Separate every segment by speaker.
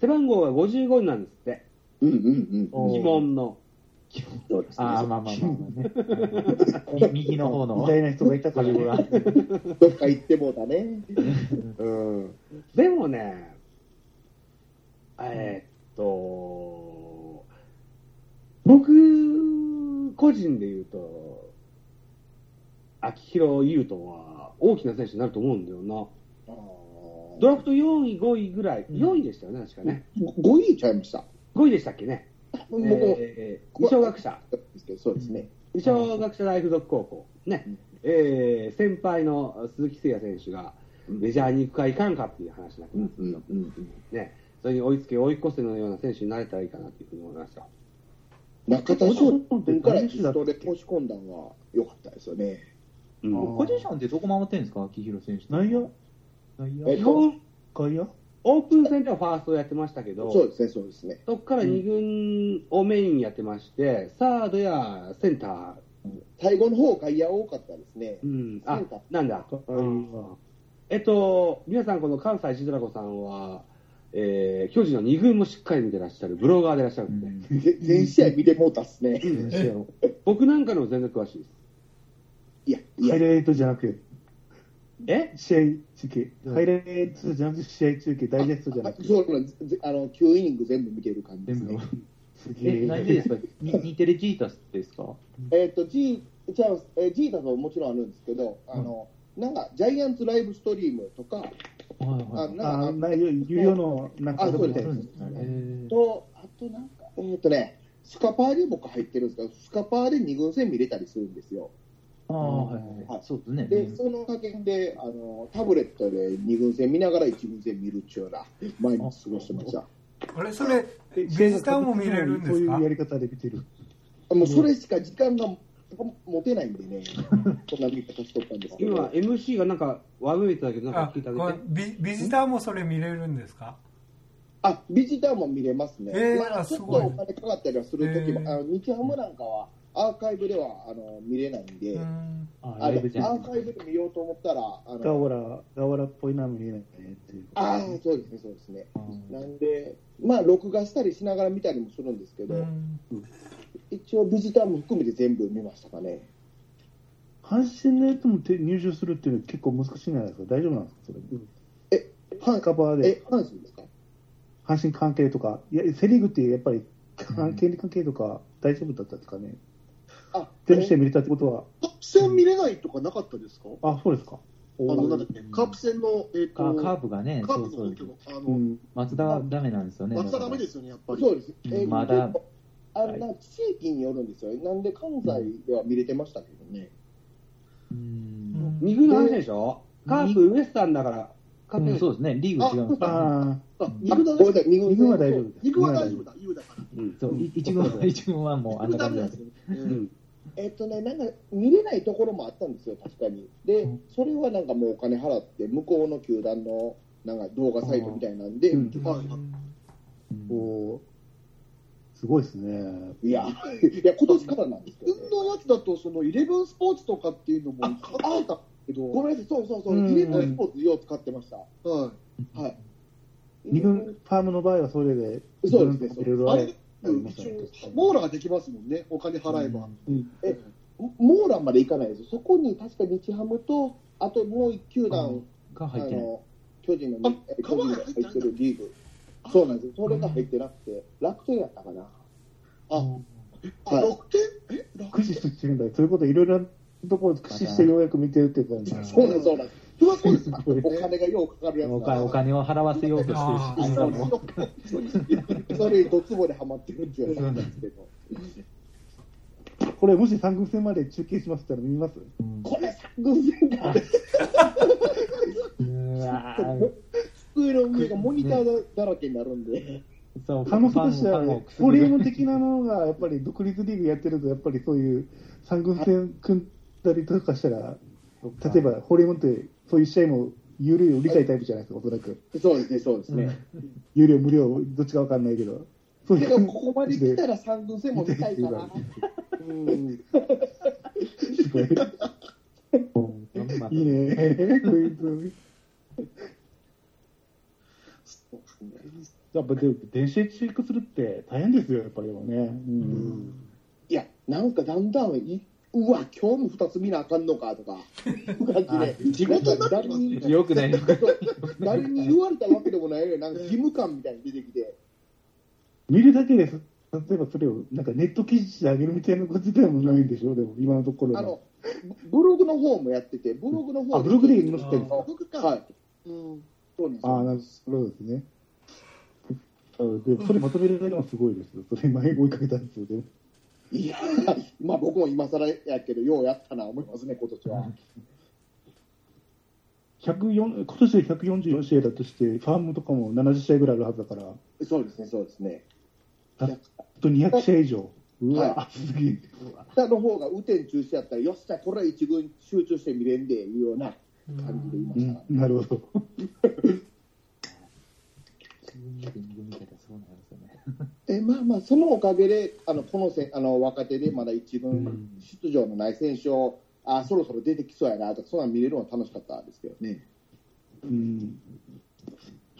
Speaker 1: 背番号が55になるんですって、
Speaker 2: うんうんうん。
Speaker 3: おー
Speaker 1: 鬼門の。
Speaker 2: そうですね。
Speaker 3: ああ、まあまあまあまあ ね。み右の方
Speaker 4: み
Speaker 3: の
Speaker 4: た。いな人がいたから、ね、
Speaker 2: どっか行ってもだね。うん。
Speaker 1: でもね、えーっと、僕、個人で言うと、秋広優斗は大きな選手になると思うんだよな。ドラフト4位、5位ぐらい、
Speaker 3: うん
Speaker 1: 4位でしたよね、確かね。
Speaker 2: 5位ちゃいました。
Speaker 1: 5位でしたっけね。
Speaker 2: 僕も
Speaker 1: えー、二小学者、
Speaker 2: ですけど、そうですね。
Speaker 1: 二小学者大附属高校、ね
Speaker 2: うん、
Speaker 1: えー先輩の鈴木誠也選手がメジャーに行くか行かんかっていう話になって
Speaker 2: うん
Speaker 1: ます
Speaker 2: うんうんうん。
Speaker 1: ね、それに追いつけ、追い越せのような選手になれたらいいかなというふうに思いました。
Speaker 2: 中田翔君から自動で申し込んだのは良かったですよね。
Speaker 1: うん
Speaker 4: あー
Speaker 3: ポジションってどこ守ってるんですか、秋広選手。
Speaker 4: 内野
Speaker 3: 内野
Speaker 2: え
Speaker 1: 基本、
Speaker 4: 外野
Speaker 1: オープン戦ではファーストをやってましたけど、
Speaker 2: そうですね、そうですね。
Speaker 1: そこから2軍をメインやってまして、サードやセンター、
Speaker 2: 最後の方、外野多かったですね
Speaker 1: う。ん、あ
Speaker 2: センター
Speaker 1: なんだ、
Speaker 4: 外
Speaker 1: えっと、皆さん、この関西シドラゴさんは、えー巨人の2軍もしっかり見てらっしゃる、ブロガーでいらっしゃるんで、
Speaker 2: ぜ全試合見てもうたっすね。
Speaker 1: 僕なんかのも全然詳しいです。
Speaker 2: いや、いや
Speaker 4: ハイ、ライトじゃなく
Speaker 1: え
Speaker 4: て、試合中継。ハイライトじゃなくて、試合中継、ダイジェストじゃな
Speaker 2: あ
Speaker 4: くて。
Speaker 2: そうなんですぜあの、9イニング全部見てる感じです
Speaker 3: 全部
Speaker 2: ね。。
Speaker 4: すげ
Speaker 3: え、内野ですかに日テレジータスですか
Speaker 2: えっと、ジー、違います。えージータスももちろんあるんですけど、あの、なんか、ジャイアンツライブストリームとか、
Speaker 3: はい
Speaker 2: あ、
Speaker 3: い。
Speaker 2: な
Speaker 4: あ
Speaker 2: んか、
Speaker 4: 内容、有料の、なんか、
Speaker 2: あそう
Speaker 3: あ
Speaker 2: です
Speaker 3: るんですねへー
Speaker 2: と、あとなんか、えーっとね、スカパーで僕入ってるんですけど、スカパーで2軍戦見れたりするんですよ。
Speaker 3: あーはいはい。そうですね。
Speaker 2: で、その加減で、あの、タブレットで2軍戦見ながら1軍戦見るっちゅうような、毎日過ごしてました。
Speaker 5: あれそれベジターも見れるんです
Speaker 4: こ
Speaker 5: か
Speaker 4: ういうやり方で見てる。
Speaker 2: もうそれしか時間が持てないんでね、こんな見方しとったんですけ
Speaker 1: 今、
Speaker 2: ど、
Speaker 1: MC がなんか、わめいただけど、なん
Speaker 5: あ
Speaker 1: か聞いた
Speaker 5: こ
Speaker 1: だ
Speaker 5: れ
Speaker 1: けて。
Speaker 5: ビビジターもそれ見れるんですか
Speaker 2: あビジターも見れますね、
Speaker 5: えー
Speaker 2: まあ、
Speaker 5: あ
Speaker 2: ち
Speaker 5: す
Speaker 2: ょっと
Speaker 5: ごい
Speaker 2: お金かかったりはするときも、
Speaker 5: えー
Speaker 2: あの日ハムなんかはアーカイブではあの見れないんで、
Speaker 5: うん
Speaker 3: あ
Speaker 2: あ
Speaker 3: ラ
Speaker 2: れ
Speaker 3: イ
Speaker 2: ア
Speaker 3: ブじゃん。
Speaker 2: ーカイブで見ようと思ったら、あ
Speaker 4: ガ
Speaker 2: の
Speaker 4: オラ、ガオラっぽいな、見えないねっていう。
Speaker 2: あーそうですね、そうですね。
Speaker 3: あ
Speaker 2: な
Speaker 3: ー
Speaker 2: んで、まあ、録画したりしながら見たりもするんですけど、
Speaker 5: うん
Speaker 2: 一応、ビジターも含めて全部見ましたかね。
Speaker 4: 阪神のやつも手入場するっていうのは結構難しいんじゃないですか。大丈夫なんですか、それ。
Speaker 2: は
Speaker 4: カバー
Speaker 2: え、
Speaker 4: で
Speaker 2: 阪神ですか
Speaker 4: 阪神関係とか、いやセ・リーグってやっぱり関係関係とか大丈夫だったんですかね、
Speaker 2: あ、
Speaker 4: 全部試合見れたってことは、
Speaker 6: カップ戦見れないとかなかったですか
Speaker 4: あそうですか、
Speaker 6: あの、なんだっけ、カープ戦の、えっ、と、
Speaker 3: カカーブがね、
Speaker 6: カ
Speaker 3: そ
Speaker 6: ー
Speaker 3: う
Speaker 6: プ
Speaker 3: そ
Speaker 6: の
Speaker 3: う
Speaker 6: 時。の、あの、
Speaker 4: うん、
Speaker 3: 松田はダメなんですよね。。
Speaker 6: 松田ダメですすよね、やっぱり。
Speaker 2: そうです、
Speaker 3: うん
Speaker 2: えー
Speaker 3: まだ
Speaker 2: あんな地域によるんですよ、なんで関西では見れてましたけどね、
Speaker 3: う。
Speaker 5: うんん
Speaker 1: 二軍の話でしょカープ、ウエスタンだから、カー
Speaker 3: うん
Speaker 1: プ、
Speaker 3: そうですね、リーグ違うんですよね。
Speaker 4: あ
Speaker 6: あ、
Speaker 2: あ
Speaker 6: 肉
Speaker 2: ご
Speaker 6: が
Speaker 2: めんなさい、二
Speaker 4: ー、
Speaker 2: 軍
Speaker 4: 日本は大丈夫です、
Speaker 6: 肉は大丈夫だ、優だから。
Speaker 1: うん
Speaker 3: そう、い一軍は、一軍はもうあんな
Speaker 6: ダ
Speaker 3: 感
Speaker 6: メな
Speaker 3: じなんん
Speaker 6: で
Speaker 3: ですす
Speaker 6: よね。
Speaker 1: う
Speaker 6: うん
Speaker 1: ん
Speaker 2: えっ、とね、なんか見れないところもあったんですよ、確かに。で、それはなんかもうお金払って、向こうの球団のなんか動画サイトみたいなんで、
Speaker 4: うん
Speaker 6: はい
Speaker 3: うん
Speaker 4: こうすごいですね、
Speaker 2: いや、 いや今年からなんですけど、ね
Speaker 6: 自、分のやつだと、その、イレブンスポーツとかっていうのも、買ってたけど、
Speaker 2: ごめんなさい、そうそうそう、
Speaker 4: うん
Speaker 2: イレブンスポーツ、よう使ってました。
Speaker 6: はい。
Speaker 2: はい、
Speaker 4: 二軍ファームの場合はそれで、
Speaker 2: そうですね
Speaker 4: いろいろ
Speaker 6: あ
Speaker 4: あ
Speaker 6: れ
Speaker 4: る
Speaker 6: で、うん一応、網羅ができますもんね、お金払えば。
Speaker 2: モーランまで行かないですよ、そこに確か日ハムと、あともう一球団、
Speaker 3: が
Speaker 2: あ
Speaker 3: 入ってない。
Speaker 2: の巨人の
Speaker 6: あ
Speaker 2: え巨人が入ってるリーグ
Speaker 6: あ、
Speaker 2: そうなんです、それが入ってなくて、楽天やったかな、
Speaker 6: あ、
Speaker 2: はい
Speaker 6: 楽天え楽
Speaker 4: 駆使してるんだそういうこと、いろいろなところを駆使してようやく見てるっていう感じ、
Speaker 3: う ん
Speaker 2: そうなんです、そうなんです、
Speaker 6: 天はそうです
Speaker 4: す
Speaker 6: か。
Speaker 4: ごい
Speaker 2: お金がようかかるやつ
Speaker 3: お金お金を払わせようと
Speaker 5: あ
Speaker 3: してる
Speaker 2: あ
Speaker 3: し、
Speaker 2: そう
Speaker 3: 今
Speaker 2: です
Speaker 3: も。
Speaker 2: それにどつぼでハマってるっていうなんですけど、
Speaker 4: これ、もし三軍戦まで中継しますって言ったら見ます
Speaker 2: これ、偶然か、
Speaker 3: うわー
Speaker 2: 机の上がモニターだらけになるんで、
Speaker 3: そう、
Speaker 4: 可能性としては
Speaker 3: ファンをファンをくすぐ
Speaker 4: ボリュー
Speaker 3: る
Speaker 4: ム的なものがやっぱり独立リーグやってるとやっぱりそういう三軍戦組んだりとかしたら例えばホリエモンってそういう試合も有料売りたいタイプじゃないですかおそらく
Speaker 2: そうですね、そうですね。
Speaker 4: 有料無料どっちかわかんないけどそうい
Speaker 2: て
Speaker 4: う
Speaker 2: か、ここまで来たら三軍戦も見たいかな。うん
Speaker 4: すごいいいねこいつやっぱで電子チェックするって大変ですよ、やっぱりでもね。うん
Speaker 2: いや、なんかだんだんい、うわ、今日も2つ見なあかんのかとか、いう感じで、地元の誰に
Speaker 7: よ くないよく
Speaker 2: 誰に言われたわけでもないよ、なんか義務感みたいに出てきて、
Speaker 4: 見るだけです。例えばそれをなんかネット記事で上げるみたいなこと自体もないんでしょ、でも今のところ
Speaker 2: あ
Speaker 4: は
Speaker 2: のブログの方もやってて、ブログの方
Speaker 4: あブログで載
Speaker 2: す
Speaker 4: せ
Speaker 5: てる
Speaker 2: ブログか、はい、うん、そうなんです
Speaker 4: あ
Speaker 2: よ
Speaker 4: あ、なるほどですね。あでそれまとめるだけもすごいですよ。それ前追いかけたんですよ、でも。
Speaker 2: いや、まあ僕も今更やけど、ようやったな、思いますね、今年は。
Speaker 4: 104今年で144試合だとして、ファームとかも70試合ぐらいあるはずだから、あ
Speaker 2: そうですね、そうですね。
Speaker 4: と200試合以上。うわ、
Speaker 2: は
Speaker 4: すげえ。
Speaker 2: 下の方が雨天中止やったら、よっしゃ、これは一軍集中して見れんで、いうような感じで言いまし
Speaker 4: う
Speaker 2: たから
Speaker 4: ん、なるほど。
Speaker 2: えまあまあ、そのおかげで、あのこのせあの若手でまだ一軍出場のない選手を、あそろそろ出てきそうやなとか、そんなん見れるのは楽しかったですけどね。
Speaker 4: うん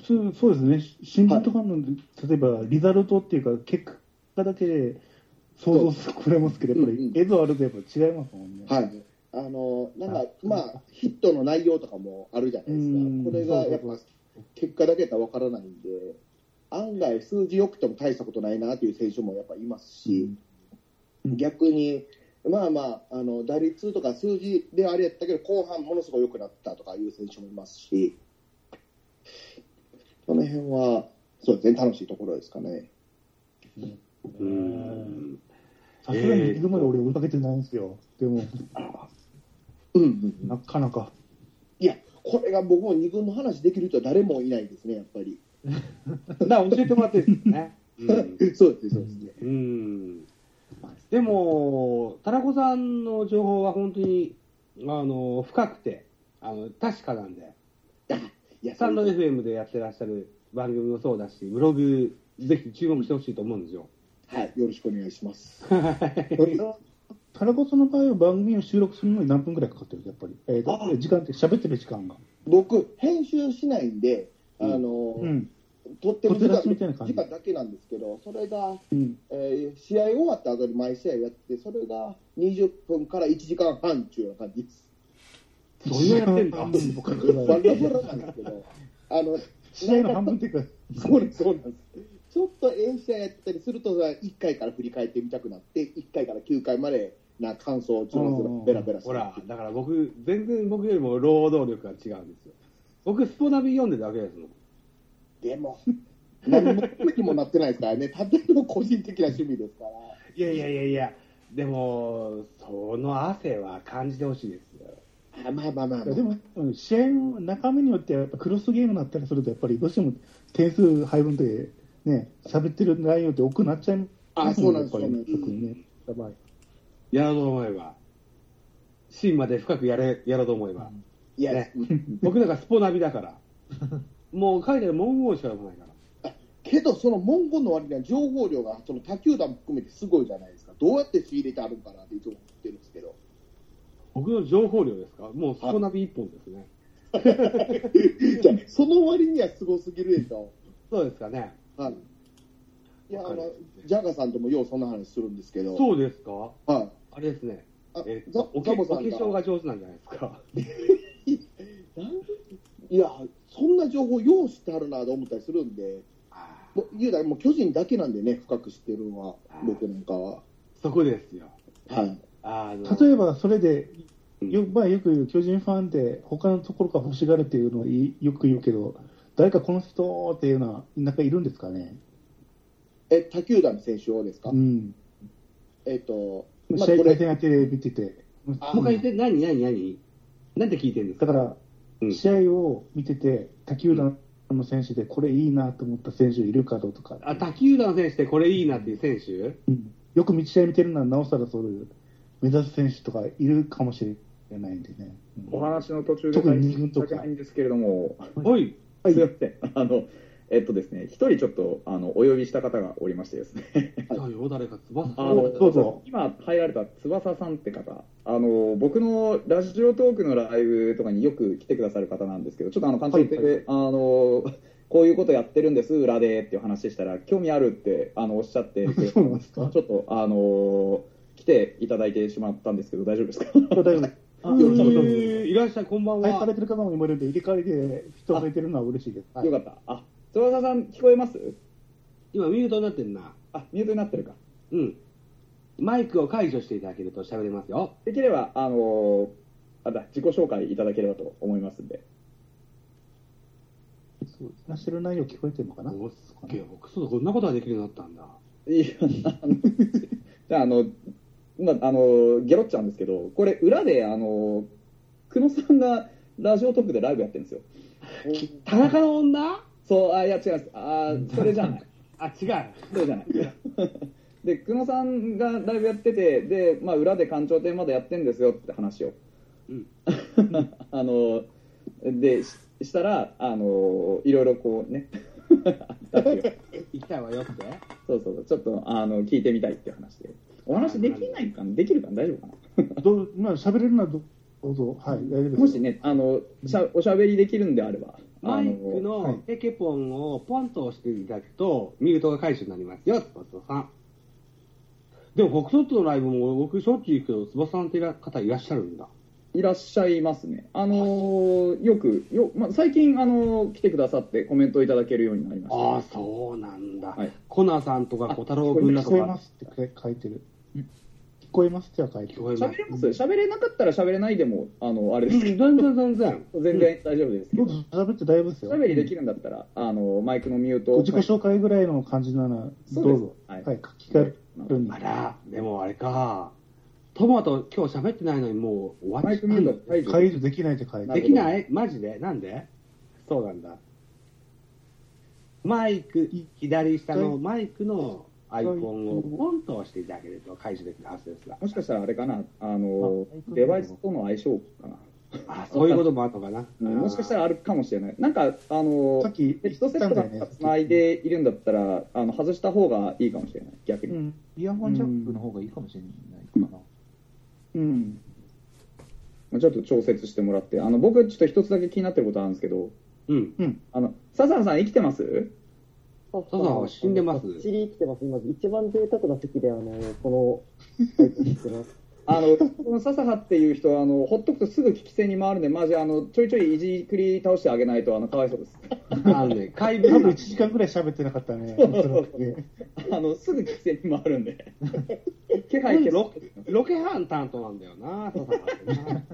Speaker 4: 普通、そうですね、し新聞とかの、例えばリザルトっていうか、結果だけで想像すくれますけど、やっぱ
Speaker 2: うんう
Speaker 4: り
Speaker 2: ん
Speaker 4: 映像あるとやっぱ違いますもんね。
Speaker 2: はいあのなんか、まあ、ヒットの内容とかもあるじゃないですか、
Speaker 4: うん
Speaker 2: これがやっぱ結果だけだったらわからないんで、案外、数字よくても大したことないなという選手もやっぱいますし、
Speaker 4: うん
Speaker 2: 逆に、まあまああの、打率とか数字ではあれやったけど、後半、ものすごい良くなったとかいう選手もいますし、その辺は、そうですね、楽しいところですかね。
Speaker 1: うん。
Speaker 4: さすがにリーグまで俺追いかけてないんですよ。でも、
Speaker 2: うんうん
Speaker 4: なかなか。
Speaker 2: いや、これが僕も二軍の話できる人は誰もいないですね、やっぱり。
Speaker 1: だから教えてもらっていいですよ ね。うん
Speaker 2: そうですね、そうですね。
Speaker 1: うんでも、田中さんの情報は本当にあの深くてあの確かなんで、
Speaker 2: いや、
Speaker 1: スタンド
Speaker 2: そうです
Speaker 1: FM でやってらっしゃる番組もそうだし、ブログ、ぜひ注目してほしいと思うんですよ。
Speaker 2: はい、よろしくお願いします。
Speaker 4: タラコさんの場合は番組を収録するのに何分ぐらいかかってるんですかやっぱり。えーと時間って、喋ってる時間が。
Speaker 2: 僕、編集しないんで、あの、
Speaker 4: うん。
Speaker 2: 撮ってる時
Speaker 4: 撮って出しみたいな
Speaker 2: 間
Speaker 4: 感
Speaker 2: 時
Speaker 4: じ
Speaker 2: 間だけなんですけど、それが、
Speaker 4: うん。
Speaker 2: えー試合終わった後に毎試合やって、それが20分から1時間半中な感じです。
Speaker 1: そんなやってんだ
Speaker 4: 半分もかから
Speaker 2: バ
Speaker 4: ない
Speaker 2: ラバラなんですけど、あの、
Speaker 4: 試合の半分っていうか、
Speaker 2: そうなんです、そうなんです。ちょっと演試合やったりすると、1回から振り返ってみたくなって、1回から9回までな感想をずらずらベラベラす
Speaker 1: ほ
Speaker 2: る
Speaker 1: ら、だから僕、全然僕よりも労働力が違うんですよ。僕、スポナビ読んでたわけですもん。
Speaker 2: でも、何もにもなってないです からね、たったの個人的な趣味ですから。
Speaker 1: いやいやいやいや、でも、その汗は感じてほしいですよ。
Speaker 2: あまあまあまあ、まあ、
Speaker 4: いやでも、うん試合の中身によってはやっぱクロスゲームになったりすると、やっぱりどうしても点数配分で、ね、喋ってる内容って多くなっちゃいます
Speaker 2: あそ
Speaker 4: も
Speaker 2: うなんです
Speaker 4: や
Speaker 2: そう
Speaker 4: っぱり
Speaker 2: なんです
Speaker 4: 特にね。やばい
Speaker 1: やろうと思えば、芯まで深くやれやろうと思えば、
Speaker 2: いや、
Speaker 1: ね僕なんかスポナビだから、もう書いてある文言しか読まないから、
Speaker 2: けど、その文言の割には情報量がその他球団も含めてすごいじゃないですか、どうやって仕入れてあるんかなっていつも思ってるんですけ ど、
Speaker 1: 僕の情報量ですか、もうスポナビ一本ですね、
Speaker 2: じゃあその割にはすごすぎるでしょ、
Speaker 1: そうですかね、
Speaker 2: はい、いやあ
Speaker 1: わか
Speaker 2: の
Speaker 1: る
Speaker 2: ジャガさんともようそんな話するんですけど、
Speaker 1: そうですか、
Speaker 2: はい、
Speaker 1: あれですね、
Speaker 2: あ
Speaker 1: え
Speaker 2: ザ
Speaker 1: おけ
Speaker 2: ザ
Speaker 1: お
Speaker 2: ボ
Speaker 1: 化
Speaker 2: さん
Speaker 1: 粧が
Speaker 2: が
Speaker 1: 上手なんじゃないですか、
Speaker 2: いや、そんな情報、用意してあるなと思ったりするんで、もう言うたら、もう巨人だけなんでね、深く知ってるのは、僕なんかは。
Speaker 1: そこですよ、
Speaker 2: はい
Speaker 1: あの
Speaker 4: 例えば、それで、
Speaker 1: うん
Speaker 4: よまあ、よく言う巨人ファンで、他のところから欲しがるっていうのを言いよく言うけど、誰かこの人っていうのは、なんかいるんですかね。
Speaker 2: え、他球団の選手をですか、
Speaker 4: うん。
Speaker 2: えっ、と、まあ、
Speaker 4: 試合
Speaker 2: こ
Speaker 4: 対戦
Speaker 2: れ、
Speaker 4: やって見てて。
Speaker 2: あ
Speaker 1: もう一回言って、何、何、何、なんて聞いてるんです
Speaker 4: だ
Speaker 1: か、
Speaker 4: から、
Speaker 1: うん
Speaker 4: 試合を見てて、他球団の選手で、これいいなと思った選手いるかどうとか、
Speaker 1: あ他球団の選手ってこれいいなっていう選手、
Speaker 4: うんよく道試合見てるなら、なおさらそういう目指す選手とかいるかもしれないんでね。うん
Speaker 8: お話の途中で
Speaker 4: 特に
Speaker 8: 申
Speaker 4: 二軍
Speaker 8: し
Speaker 4: とか
Speaker 8: 訳ないんですけれども、
Speaker 1: おい、
Speaker 8: すいません、あの、えっとですね、一人ちょっとあのお呼びした方がおりましてですね、
Speaker 1: だよ、誰か翼
Speaker 8: あ
Speaker 1: さん
Speaker 8: の
Speaker 4: どうぞ
Speaker 8: 今入られた翼さんって方、あの僕のラジオトークのライブとかによく来てくださる方なんですけど、ちょっとあの関係で、
Speaker 4: はいは
Speaker 8: あの
Speaker 2: こういうことやってるんです、裏でっていう話したら、興味あるってあのおっしゃ って、で
Speaker 4: そうなんですか
Speaker 2: ちょっと、あのー来ていただいてしまったんですけど、大丈夫ですか
Speaker 4: 大丈夫です。
Speaker 1: え
Speaker 4: よろしくお願いし
Speaker 1: ーいらっしゃい、こんばん
Speaker 4: ます愛さ
Speaker 1: は。
Speaker 4: れてる方も今いるんで、入れ替えで人増えてるのは嬉しいです。はい
Speaker 2: よかった。あ、翼さん、聞こえます
Speaker 1: 今、ミュートになってんな。
Speaker 2: あ、ミュートになってるか。
Speaker 1: うん。マイクを解除していただけると喋れますよ。
Speaker 2: できれば、あのーあだ、自己紹介いただければと思いますんで。
Speaker 4: そう話してる内容聞こえてるのかな
Speaker 1: おすっげえ、僕、そうだこんなことができるようになったんだ。
Speaker 2: い や、あのじゃあ、あの、まあ、あの、ゲロっちゃうんですけど、これ、裏で、あの、久野さんがラジオトークでライブやってるんですよ。
Speaker 1: 田中の女
Speaker 2: そう、あ、いや、違います。あー、それじゃない。
Speaker 1: あ、違う。
Speaker 2: それじゃない。で、久野さんがライブやってて、で、まあ、裏で館長店までやってんですよって話を。
Speaker 1: うん
Speaker 2: あの、で、ししたら、あの、いろいろこ うね、あったっていう
Speaker 1: 行きたいわよって。
Speaker 2: そうそうそう、ちょっと、あの、聞いてみたいっていう話で。お話できないかなできるかな大丈夫かな
Speaker 4: どうまあ喋れるのはどどうぞ、はい、大丈夫です。
Speaker 2: もしね、あの、しゃ、おしゃべりできるんであれば。
Speaker 1: マイクのペケポンをポンと押していただくと、ミュートが解除になりますよ、翼さん。でも、北斗のライブも僕しょっちゅう行くけど、翼さんっていう方いらっしゃるんだ。
Speaker 2: いらっしゃいますね。あのーよく、よ、まあ、最近、あのー来てくださってコメントいただけるようになりました。
Speaker 1: ああ、そうなんだ。
Speaker 2: はい
Speaker 1: コナーさんとか小太郎
Speaker 4: 聞こえ
Speaker 1: 君
Speaker 4: ま
Speaker 1: だ
Speaker 4: す
Speaker 1: と
Speaker 4: 聞こ
Speaker 1: か。
Speaker 4: えますって書いてる。聞こえますっては書いて
Speaker 1: 聞
Speaker 4: る。
Speaker 1: こえます
Speaker 2: 喋れます喋れなかったら喋れないでも、あの、あれですけ
Speaker 1: 全然全然。
Speaker 2: ど、全然大丈夫ですけ
Speaker 4: ど
Speaker 2: ど
Speaker 4: う、ぞ喋って大丈夫ですよ。
Speaker 2: 喋りできるんだったら、あのーマイクのミュートを。
Speaker 4: 自己紹介ぐらいの感じなら、
Speaker 2: そう
Speaker 4: ど
Speaker 2: で
Speaker 4: う
Speaker 2: す
Speaker 4: ぞ。
Speaker 2: は
Speaker 4: はいい、書き換えるんで
Speaker 1: あ。ら、でもあれか。トマト今日喋ってないのにもう終わ
Speaker 2: マ
Speaker 1: っ
Speaker 2: イ
Speaker 1: ち
Speaker 2: ク
Speaker 1: ゃ
Speaker 2: ミュ
Speaker 1: う
Speaker 2: ート解除。
Speaker 4: 解除できないって書いて
Speaker 2: な
Speaker 4: る。
Speaker 2: る
Speaker 1: できないマジでなんでそうなんだ。マイク、左下のマイクのアイコンをポンと押していただけると解除できるはずですが。
Speaker 2: もしかしたらあれかな、あのー
Speaker 4: あ
Speaker 2: デバイスとの相性かな。
Speaker 1: あそういうこともあったのかな。
Speaker 2: うんもしかした
Speaker 1: ら。
Speaker 2: らあるかもしれない。なんか、あのー
Speaker 4: さっき
Speaker 2: ヘッドセットが繋いでいるんだったら、あの外した方がいいかもしれない、逆
Speaker 3: う
Speaker 2: に。
Speaker 3: ん、イヤホンジャックの方がいいかもしれないかな。
Speaker 4: うん。
Speaker 2: まあちょっと調節してもらって、あの僕、ちょっと一つだけ気になってることあるんですけど、
Speaker 1: うん。
Speaker 2: あの笹野さん、生きてます
Speaker 9: そう
Speaker 1: そうそう死んでます
Speaker 9: っちり生きてます。今、一番贅沢な席で、あの、この、はい生きてます。
Speaker 2: あのこの笹葉っていう人はあの、ほっとくとすぐ聞き戦に回るんで、マジあのちょいちょいいじくり倒してあげないとあのかわいそうです。
Speaker 1: あのね、解
Speaker 4: 多
Speaker 1: 剖
Speaker 4: 分1時間ぐらい喋ってなかったね。おそらくね
Speaker 2: あのすぐ聞き戦に回るん で、気配消
Speaker 1: ロ
Speaker 2: す。
Speaker 1: ロケハン担当なんだよな、笹 田さんな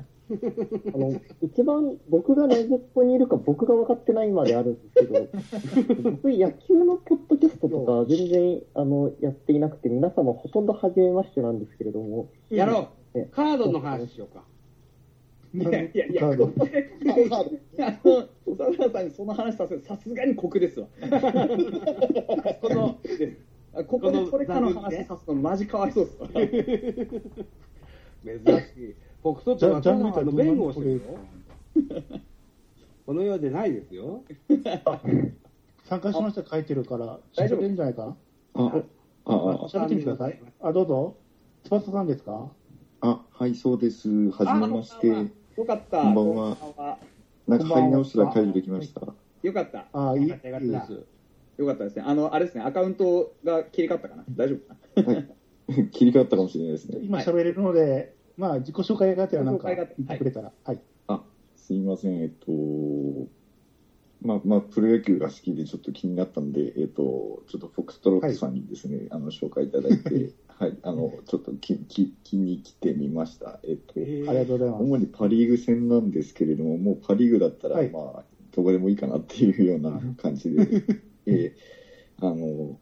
Speaker 9: あの、一番僕がなぜここにいるか僕が分かってないまであるんですけ ど、僕、野球のポッドキャストとか全然、あの、やっていなくて、皆様ほとんど初めましてなんですけれども、
Speaker 1: やろう
Speaker 9: うん。
Speaker 1: カードの話しようか。
Speaker 2: いやいやいや、
Speaker 4: カード
Speaker 2: あの笹野さんにその話させる、さすがに酷ですわ。
Speaker 1: この、
Speaker 2: あここでこれかの話さすのマジかわいそうですわ。
Speaker 1: 珍しい。北斗町
Speaker 4: じゃ
Speaker 1: は
Speaker 4: じゃ
Speaker 1: ト
Speaker 4: あ見
Speaker 1: ナ
Speaker 4: た
Speaker 1: カ
Speaker 4: ら
Speaker 1: の
Speaker 4: どんな
Speaker 1: 弁護
Speaker 4: の
Speaker 1: をして
Speaker 4: こ
Speaker 1: る
Speaker 4: れ
Speaker 1: よ。この世でないですよ。
Speaker 4: 参加しました書いてるから、
Speaker 2: 大丈夫
Speaker 4: 喋れるんじゃないか
Speaker 10: あ、あ、
Speaker 4: 喋ってみてください。あ、どうぞ。翼さんですか
Speaker 10: あ、はい、そうです。はじめまして。
Speaker 2: よかった。
Speaker 10: こんばんはなんか入り直したら解除できました。
Speaker 2: よかった。
Speaker 4: あ、いいいい
Speaker 1: よかった
Speaker 4: です。
Speaker 2: よかったですね。あの、あれですね、アカウントが切り替わったかな。大丈夫かな。
Speaker 10: 切り替わったかもしれないですね。
Speaker 4: 今喋れるので、まあ自己紹介がてらなんか言ってくれたら。はい。
Speaker 10: すいません、えっと、まあ、まあ、プロ野球が好きでちょっと気になったんで、えっと、ちょっとフォックストロックさんにですね、あの、紹介いただいて、はい、あの、ちょっとき、き、気に来てみました。えっ
Speaker 4: あ
Speaker 10: と、
Speaker 4: りがとうございます。
Speaker 10: 主にパ・リーグ戦なんですけれども、もうパ・リーグだったら、
Speaker 4: はい
Speaker 10: まあ、どこでもいいかなっていうような感じ で、えーあの、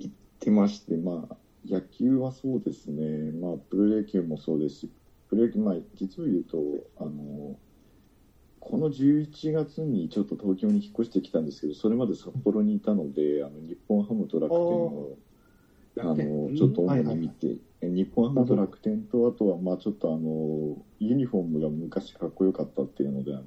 Speaker 10: 行ってまして、まあ、野球はそうですね、まあ、プロ野球もそうですし、プロ野球、まあ、実を言うと、あの、この11月にちょっと東京に引っ越してきたんですけど、それまで札幌にいたので、あの日本ハムと楽天をあの
Speaker 1: 楽天
Speaker 10: ちょっと主
Speaker 4: うんはいは
Speaker 10: に
Speaker 4: い
Speaker 10: 見て、え日本ハムと楽天と、あとは、まあ、ちょっとあのユニフォームが昔かっこよかったっていうので、あの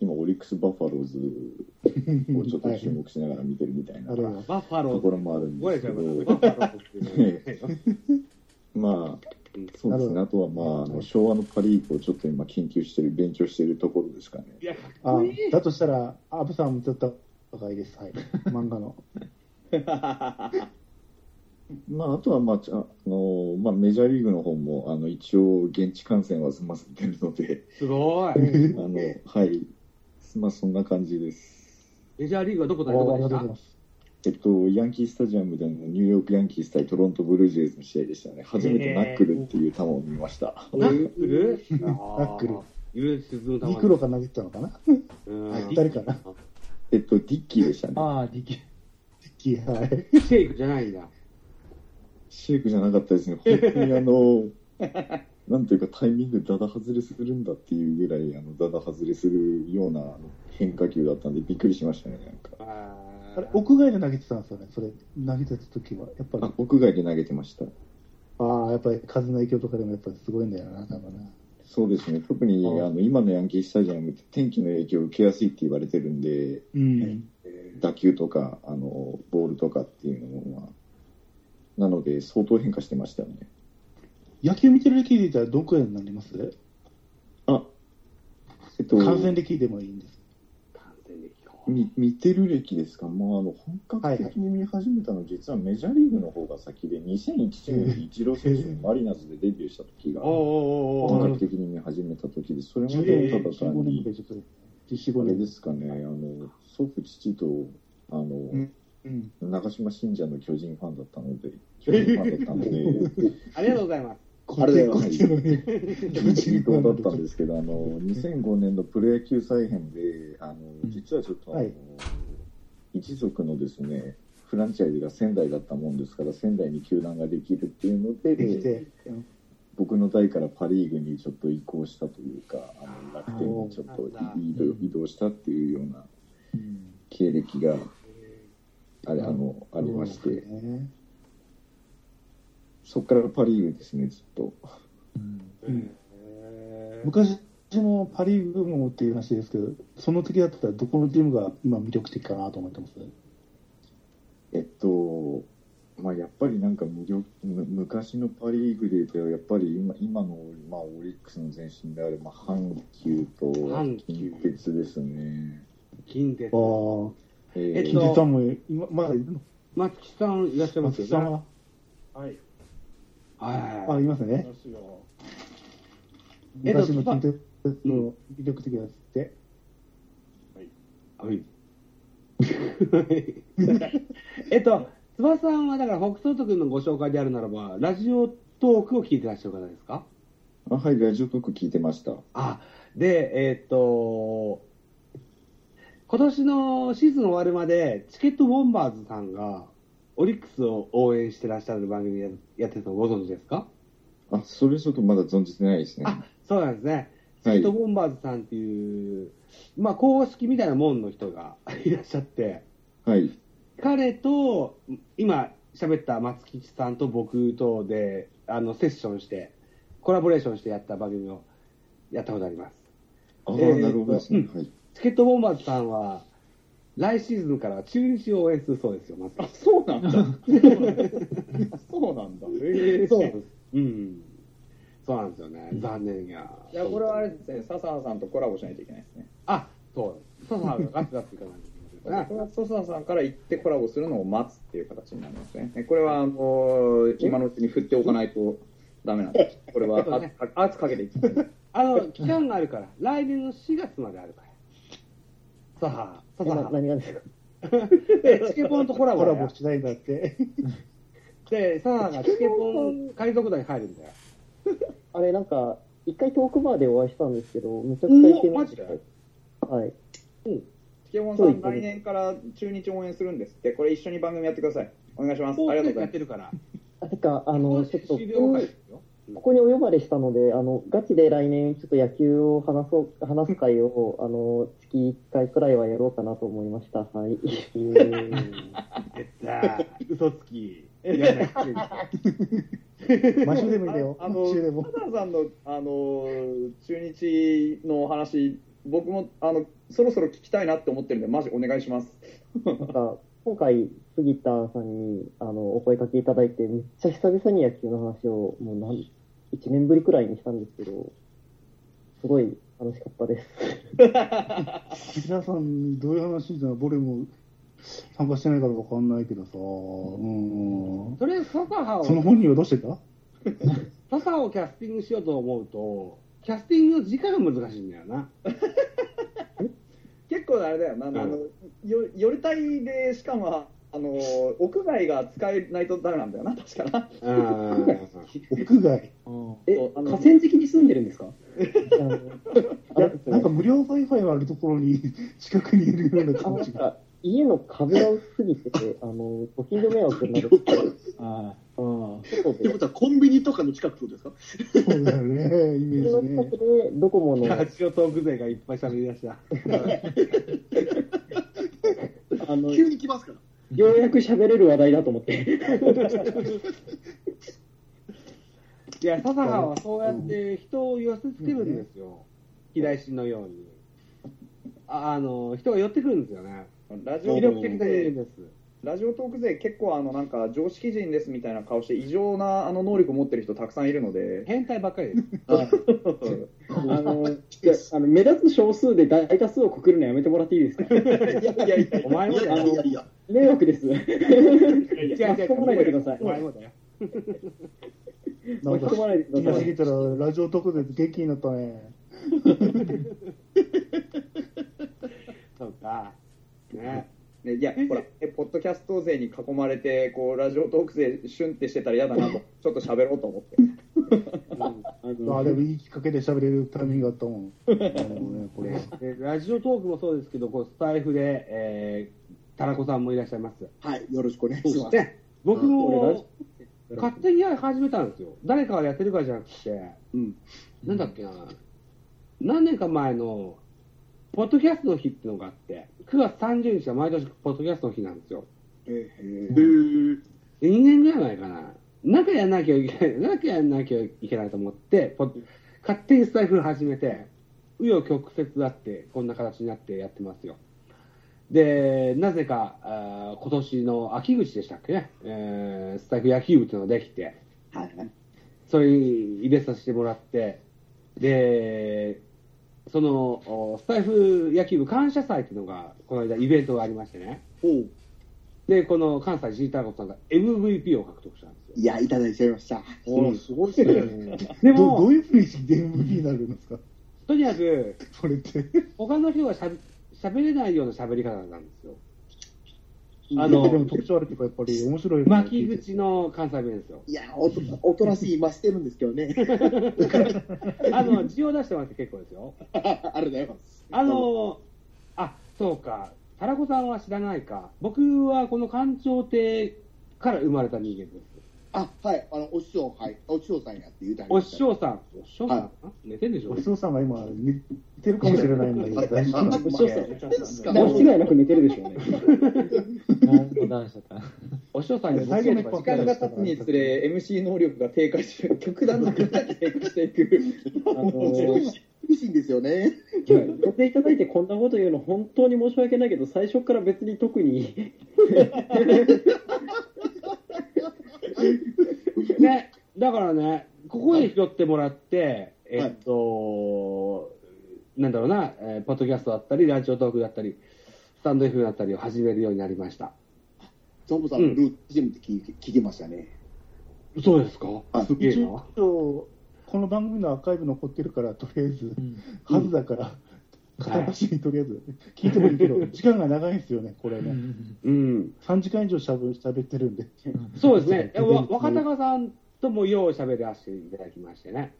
Speaker 10: 今、オリックス・バファローズをちょっと注目しながら見てるみた いな
Speaker 4: あ
Speaker 10: と
Speaker 4: れは。
Speaker 1: バッファロー
Speaker 10: ころもあるん
Speaker 1: ご
Speaker 10: で
Speaker 1: め
Speaker 10: す
Speaker 1: ん
Speaker 10: け
Speaker 1: な
Speaker 10: ど、
Speaker 1: さいバッファローっていうのね
Speaker 10: まあ、そうですね、あとは、まあ、あの昭和のパ・リーグをちょっと今、研究してる、勉強してるところですかね。
Speaker 1: いや、かっ
Speaker 4: あ
Speaker 1: こいい。
Speaker 4: だとしたら、アブさんもちょっと赤いです。はい。漫画の。
Speaker 10: まあ、あとは、まあ、ちゃあのまあ、メジャーリーグの方もあの一応、現地観戦は済ませてるので、
Speaker 1: すごい。
Speaker 10: あのはい、まあ、そんな感じです。
Speaker 1: メジャーリーグはどこだどこでした
Speaker 10: えっと、ヤンキースタジアムでのニューヨーク・ヤンキース対トロント・ブルージェイズの試合でしたね、初めてナックルっていう球を見ました。
Speaker 1: ナックルナ
Speaker 4: ナックル。
Speaker 1: ゆる沈む球。
Speaker 4: ニクロが投げてたのかな
Speaker 1: うん。
Speaker 4: 誰かな
Speaker 10: えっと、ディッキーでしたね。
Speaker 3: ああ、できる。
Speaker 4: キーはい。
Speaker 1: シェイクじゃないんだ。
Speaker 10: シェイクじゃなかったですね、本当にあの、 なんというかタイミングダダ外れするんだっていうぐらい、あのダダ外れするようなあの変化球だったんで、びっくりしましたね、なんか。
Speaker 1: あ
Speaker 4: あれ、屋外で投げてたんですよね。それ、投げてた時は。やっぱり
Speaker 10: あ、屋外で投げてました。
Speaker 4: ああ、やっぱり風の影響とかでもやっぱりすごいんだよな、多分な。
Speaker 10: そうですね、特に
Speaker 4: あ
Speaker 10: あの今のヤンキースタジアムって天気の影響を受けやすいって言われてるんで、
Speaker 4: うん。
Speaker 10: 打球とかあのボールとかっていうのは、なので相当変化してましたよね。
Speaker 4: 野球見てる歴で言ったらどんくらいになります
Speaker 10: えっと、
Speaker 4: 観戦歴でもいいんです。
Speaker 1: 完全に今日。
Speaker 10: み見てる歴ですか、もうあの本格的に見始めたの、実はメジャーリーグの方が先で、2001年にイチロー選手がマリナーズでデビューした時が
Speaker 1: お、おおお
Speaker 10: 本
Speaker 1: お
Speaker 10: 格的に見始めた時で、それまでの
Speaker 4: 15
Speaker 10: ただ単
Speaker 4: 年
Speaker 10: に
Speaker 4: くらいちょっと。14、
Speaker 10: あ
Speaker 4: 5年
Speaker 10: れで
Speaker 4: です。
Speaker 10: すかね、あの祖父、父とあの、
Speaker 4: んうん。
Speaker 10: 長嶋信者の巨人ファンだったので、巨人ファンだったので、
Speaker 1: ありがとうございます。
Speaker 4: こっち こっちのね。
Speaker 10: 移動だったんですけど、あの2005年のプロ野球再編で、あの実はちょっと、
Speaker 4: はい
Speaker 10: あの一族のですねフランチャイズが仙台だったもんですから、仙台に球団ができるっていうので、
Speaker 4: できて。
Speaker 10: 僕の代からパ・リーグにちょっと移行したというか、あの楽天にちょっと移動移動したっていうような経歴があれあのありまして。
Speaker 4: ね
Speaker 10: そこからパ・リーグですね、ずっと。
Speaker 4: 昔のパ・リーグもっていう話ですけど、その時だったらどこのチームが今魅力的かなと思ってます
Speaker 10: えっと、まあ、やっぱりなんか無力む昔のパ・リーグで言うと、やっぱり今今の、まあ、オリックスの前身である、まあ、阪急と
Speaker 1: 阪急
Speaker 10: 近鉄ですね。
Speaker 1: 金鉄。
Speaker 4: ああ、
Speaker 10: え
Speaker 1: えっ
Speaker 10: ー
Speaker 1: と
Speaker 4: 金さんも今まだいるの
Speaker 1: 松木さんいらっしゃいます
Speaker 4: 松さん
Speaker 1: よね。
Speaker 4: は
Speaker 11: はい。
Speaker 1: はい。
Speaker 4: あ、いますね。
Speaker 11: ますよ。
Speaker 1: えっと
Speaker 4: 昔の近鉄の魅力的なやつって。
Speaker 1: はい。 えっと、つばさんはだから北斗君のご紹介であるならば、ラジオトークを聞いてらっしゃる方ですか
Speaker 10: あはい、ラジオトーク聞いてました。
Speaker 1: あ、で、えっと、今年のシーズン終わるまで、チケットウォンバーズさんが、オリックスを応援してらっしゃる番組ややってるのご存知ですか
Speaker 10: あ、それちょっとまだ存じてないですね。
Speaker 1: あ、そうなんですね。チ
Speaker 10: は
Speaker 1: ケ
Speaker 10: い
Speaker 1: ットボンバーズさんっていう、まあ、公式みたいなもんの人が いらっしゃって、
Speaker 10: はい。
Speaker 1: 彼と、今喋った松吉さんと僕とで、あの、セッションして、コラボレーションしてやった番組をやったことあります。
Speaker 10: ああ、
Speaker 1: えー
Speaker 10: なるほどですね。はい。
Speaker 1: チケットボンバーズさんは、来シーズンから中日を応援するそうですよ、松
Speaker 2: あ
Speaker 1: 吉、
Speaker 2: そうなん だ。そうなんだ。え
Speaker 1: そうなんです。うん。そうなんですよね。残念や。
Speaker 2: いや、これはあれですね、笹野さんとコラボしないといけないですね。
Speaker 1: あ、そう。笹原がガツガツいかないといけ
Speaker 2: こ
Speaker 1: ない。
Speaker 2: れは笹野さんから行ってコラボするのを待つっていう形になりますね。これは、あの、今のうちに振っておかないとダメなんです。 これは
Speaker 1: そうね
Speaker 2: 圧か圧かけていってない。
Speaker 1: あの、期間があるから、来年の4月まであるから。さあ、
Speaker 9: え
Speaker 1: さ
Speaker 9: な
Speaker 1: あ、
Speaker 9: 何が ですか
Speaker 1: で、チケポンとコラボ
Speaker 4: コ
Speaker 1: だ
Speaker 4: ラ
Speaker 1: よ
Speaker 4: ボしないんだって。
Speaker 1: で、さあがチケポン海賊団に入るんだよ。
Speaker 9: あれ、なんか、一回トークバーでお会いしたんですけど、めちゃくちゃイケ
Speaker 1: お
Speaker 9: メン
Speaker 1: ーマジ
Speaker 9: はい。
Speaker 2: チケモンさん、来年から中日応援するんですって、これ一緒に番組やってください。お願いします。ありがとう
Speaker 1: や
Speaker 2: ござい
Speaker 1: っ
Speaker 2: ま
Speaker 1: て
Speaker 2: す。
Speaker 1: るから。
Speaker 9: あてか、あの、ちょっと、こ
Speaker 1: 終了
Speaker 9: こここにお呼ばれしたので、あの、ガチで来年、ちょっと野球を話そう、話す会を、あの、月1回くらいはやろうかなと思いました。 はい。
Speaker 1: さあ、嘘つき。やだ
Speaker 4: マシュでもいいんだよ。
Speaker 2: ああ
Speaker 4: マ
Speaker 2: の
Speaker 4: シュでも。
Speaker 2: 笹野さんの、あの、中日のお話、僕も、あの、そろそろ聞きたいなって思ってるんで、マジお願いします。
Speaker 9: なんか、今回、杉田さんに、あの、お声かけいただいて、めっちゃ久々に野球の話を、もう何、1年ぶりくらいにしたんですけど、すごい楽しかっ たです。
Speaker 4: 皆さんにどういう話してたのボレも参加してないからわかんないけどさ、うん、
Speaker 1: とりあえずサカハを
Speaker 4: その本人はどうしてた
Speaker 1: サカハをキャスティングしようと思うとキャスティングの時間が難しいんだよな
Speaker 2: 結構あれだよな、あのよ夜帯でしかもあの屋外が使えないとダメなんだよな、確かな。
Speaker 1: うん
Speaker 4: 屋外。
Speaker 2: えあの河川敷に住んでるんですか
Speaker 9: あの
Speaker 4: いやなんか無料 Wi-Fi があるところに 近くにいるような
Speaker 9: あ
Speaker 4: 感
Speaker 9: な
Speaker 4: じ
Speaker 9: ん
Speaker 4: が。
Speaker 9: か家の壁が薄すぎてて、あの、ご近所迷惑になる。
Speaker 3: あ
Speaker 9: 外
Speaker 11: て
Speaker 9: で、
Speaker 11: ことはコンビニとかの近くってことですか
Speaker 4: そうだよね、イメ
Speaker 9: 家
Speaker 4: ー
Speaker 9: の
Speaker 4: ジね
Speaker 9: 近。くでドコモの、
Speaker 1: ラ
Speaker 9: あ
Speaker 1: ジオトーク勢がいっぱい喋り出した。
Speaker 9: の、
Speaker 11: 急に来ますから。
Speaker 9: ようやく喋れる話題だと思って。
Speaker 1: いや、ササハはそうやって人を寄せつけるんですよ。平石のように。ああの、人が寄ってくるんですよね。
Speaker 2: ラジオ
Speaker 1: 魅
Speaker 2: ト
Speaker 1: 力
Speaker 2: ーク
Speaker 1: 的な
Speaker 2: 勢
Speaker 1: 人間です。
Speaker 2: ラジオトーク勢、結構あのなんか常識人ですみたいな顔して、異常なあの能力を持ってる人たくさんいるので、
Speaker 1: 変態ばっかりです。
Speaker 9: あ の、いやあの目立つ少数で大多数をくくるのやめてもらっていいですか
Speaker 2: いやいやいや、
Speaker 1: お前
Speaker 11: い
Speaker 1: も
Speaker 11: やい
Speaker 1: だ
Speaker 11: や
Speaker 1: よ。
Speaker 11: いやいや。
Speaker 9: 迷惑で す。
Speaker 1: 違う違う
Speaker 9: 巻き込まないでください
Speaker 1: お前もだよ。
Speaker 4: なん
Speaker 9: 巻き
Speaker 4: か
Speaker 9: 込まないでくだ
Speaker 4: 今
Speaker 9: さ
Speaker 4: 過
Speaker 9: い。
Speaker 4: ぎたらラジオ特別元気になったね。
Speaker 1: そうか。ね。
Speaker 2: ねいやほら、えポッドキャスト勢に囲まれて、こうラジオトーク勢、シュンってしてたら嫌だなと、ちょっと喋ろうと思って、
Speaker 9: あの
Speaker 4: あれもいいきっかけで喋れるタイミングがあった もん。なるほどねこれ
Speaker 1: でラジオトークもそうですけど、こうスタイフで、えー、タラコさんもいらっしゃいます。
Speaker 11: はい、よろしくお願い
Speaker 1: そ
Speaker 11: し
Speaker 1: し
Speaker 11: ます。
Speaker 1: て、僕も
Speaker 9: うん
Speaker 1: 勝手にやり始めたんですよ。誰かがやってるからじゃなくて、
Speaker 11: うん
Speaker 1: なんだっけな、何年か前の、ポッドキャストの日っていうのがあって、9月30日は毎年ポッドキャストの日なんですよ。
Speaker 11: えー、
Speaker 1: で2年ぐらい前かな、なんかやんなきゃいけない、なんかやんなきゃいけないと思って、ポッ勝手にスタイフ始めて、紆余曲折あって、こんな形になってやってますよ。で、なぜか、あー今年の秋口でしたっけね、えースタイフ野球部っていうのができて、
Speaker 11: はいはい。
Speaker 1: それに入れさせてもらって、で、その、おスタイフ野球部感謝祭っていうのが、この間イベントがありましてね。
Speaker 11: おう
Speaker 1: で、この関西ジーターコさんが MVP を獲得したんですよ。
Speaker 11: いや、いただいちゃいました。
Speaker 1: おすごいですね。で
Speaker 4: どど
Speaker 1: も
Speaker 4: う、いうふうにして MVP になるんですか
Speaker 1: とにかく、
Speaker 4: それって。
Speaker 1: 他の人がしゃべ喋れないような喋り方なんですよ。あの
Speaker 4: でも特徴あるっていうか、やっぱり面白い。
Speaker 1: 巻き口の関西弁ですよ。
Speaker 11: いや、おとおとなしい増してるんですけどね。
Speaker 1: あの、字を出してもらって結構ですよ。
Speaker 11: ありがとうございます。
Speaker 1: あの、あ、そうか。タラコさんは知らないか。僕はこの官庁亭から生まれた人間です。
Speaker 11: あ、はい、あの、お師匠、はい、お師匠さんやって言うてあり
Speaker 1: お
Speaker 11: ました
Speaker 1: 師匠さん。お師匠さん、寝てんでしょ
Speaker 4: ごちそうさんが今、似てるかもしれないんだけど、大丈夫なの
Speaker 9: ご視聴者
Speaker 11: ですか
Speaker 9: 間違いなく寝てるでしょうね。
Speaker 3: あ、なんかダメしちゃった。
Speaker 1: お師匠さんに
Speaker 4: 最
Speaker 1: 僕
Speaker 4: 後
Speaker 1: への時間
Speaker 2: 時間
Speaker 4: の一本
Speaker 2: が
Speaker 1: が
Speaker 2: 経つにつれ、MC 能力が低下して、極端に低下していく、
Speaker 9: あの
Speaker 11: 厳しい厳しいんですよね。
Speaker 9: やっていただいてこんなこと言うの本当に申し訳ないけど、最初から別に特に、
Speaker 1: ね。だからね、ここで拾ってもらって、えっと、なんだろうな、えーポッドキャストだったり、ラジオトークだったり、スタンド F だったりを始めるようになりました。
Speaker 11: ゾンボさんのルーティンって聞いて聞きましたね。
Speaker 1: そうですか
Speaker 11: あ
Speaker 1: すげえ
Speaker 4: 一
Speaker 1: な。
Speaker 4: 応、この番組のアーカイブ残ってるから、とりあえず、はずだから、片足にとりあえず、聞いてもいいけど、時間が長いんですよね、これね。
Speaker 1: うん。
Speaker 4: 3時間以上しゃべ喋ってるんで。
Speaker 1: そうですね。えわ若隆さんともよう喋らせていただきましてね。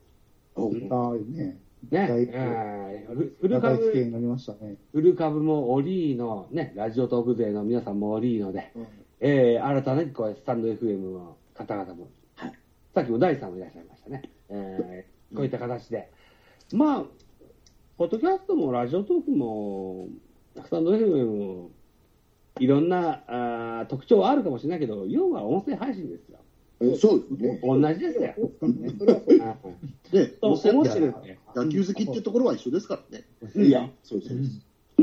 Speaker 11: おう
Speaker 4: ああ、ね。
Speaker 1: ね。
Speaker 4: だいぶ
Speaker 1: えーフル
Speaker 4: 長い付き合
Speaker 1: 株、
Speaker 4: いになりましたね。
Speaker 1: フル株もオリーノ、ね、ラジオトーク勢の皆さんもオリーノで、
Speaker 11: うん
Speaker 1: えー新たなこうスタンド FM の方々も、さっきも第さんもいらっしゃいましたね。えーこういった形で。まあ、ポッドキャストもラジオトークも、スタンド FM も、いろんなあー特徴はあるかもしれないけど、要は音声配信ですよ。
Speaker 11: えそうですね。
Speaker 1: 同じですよ。うん
Speaker 11: で、
Speaker 1: と思ってるんで。
Speaker 11: 野球好きってところは一緒ですからね。
Speaker 1: うん
Speaker 11: いや、そうですそう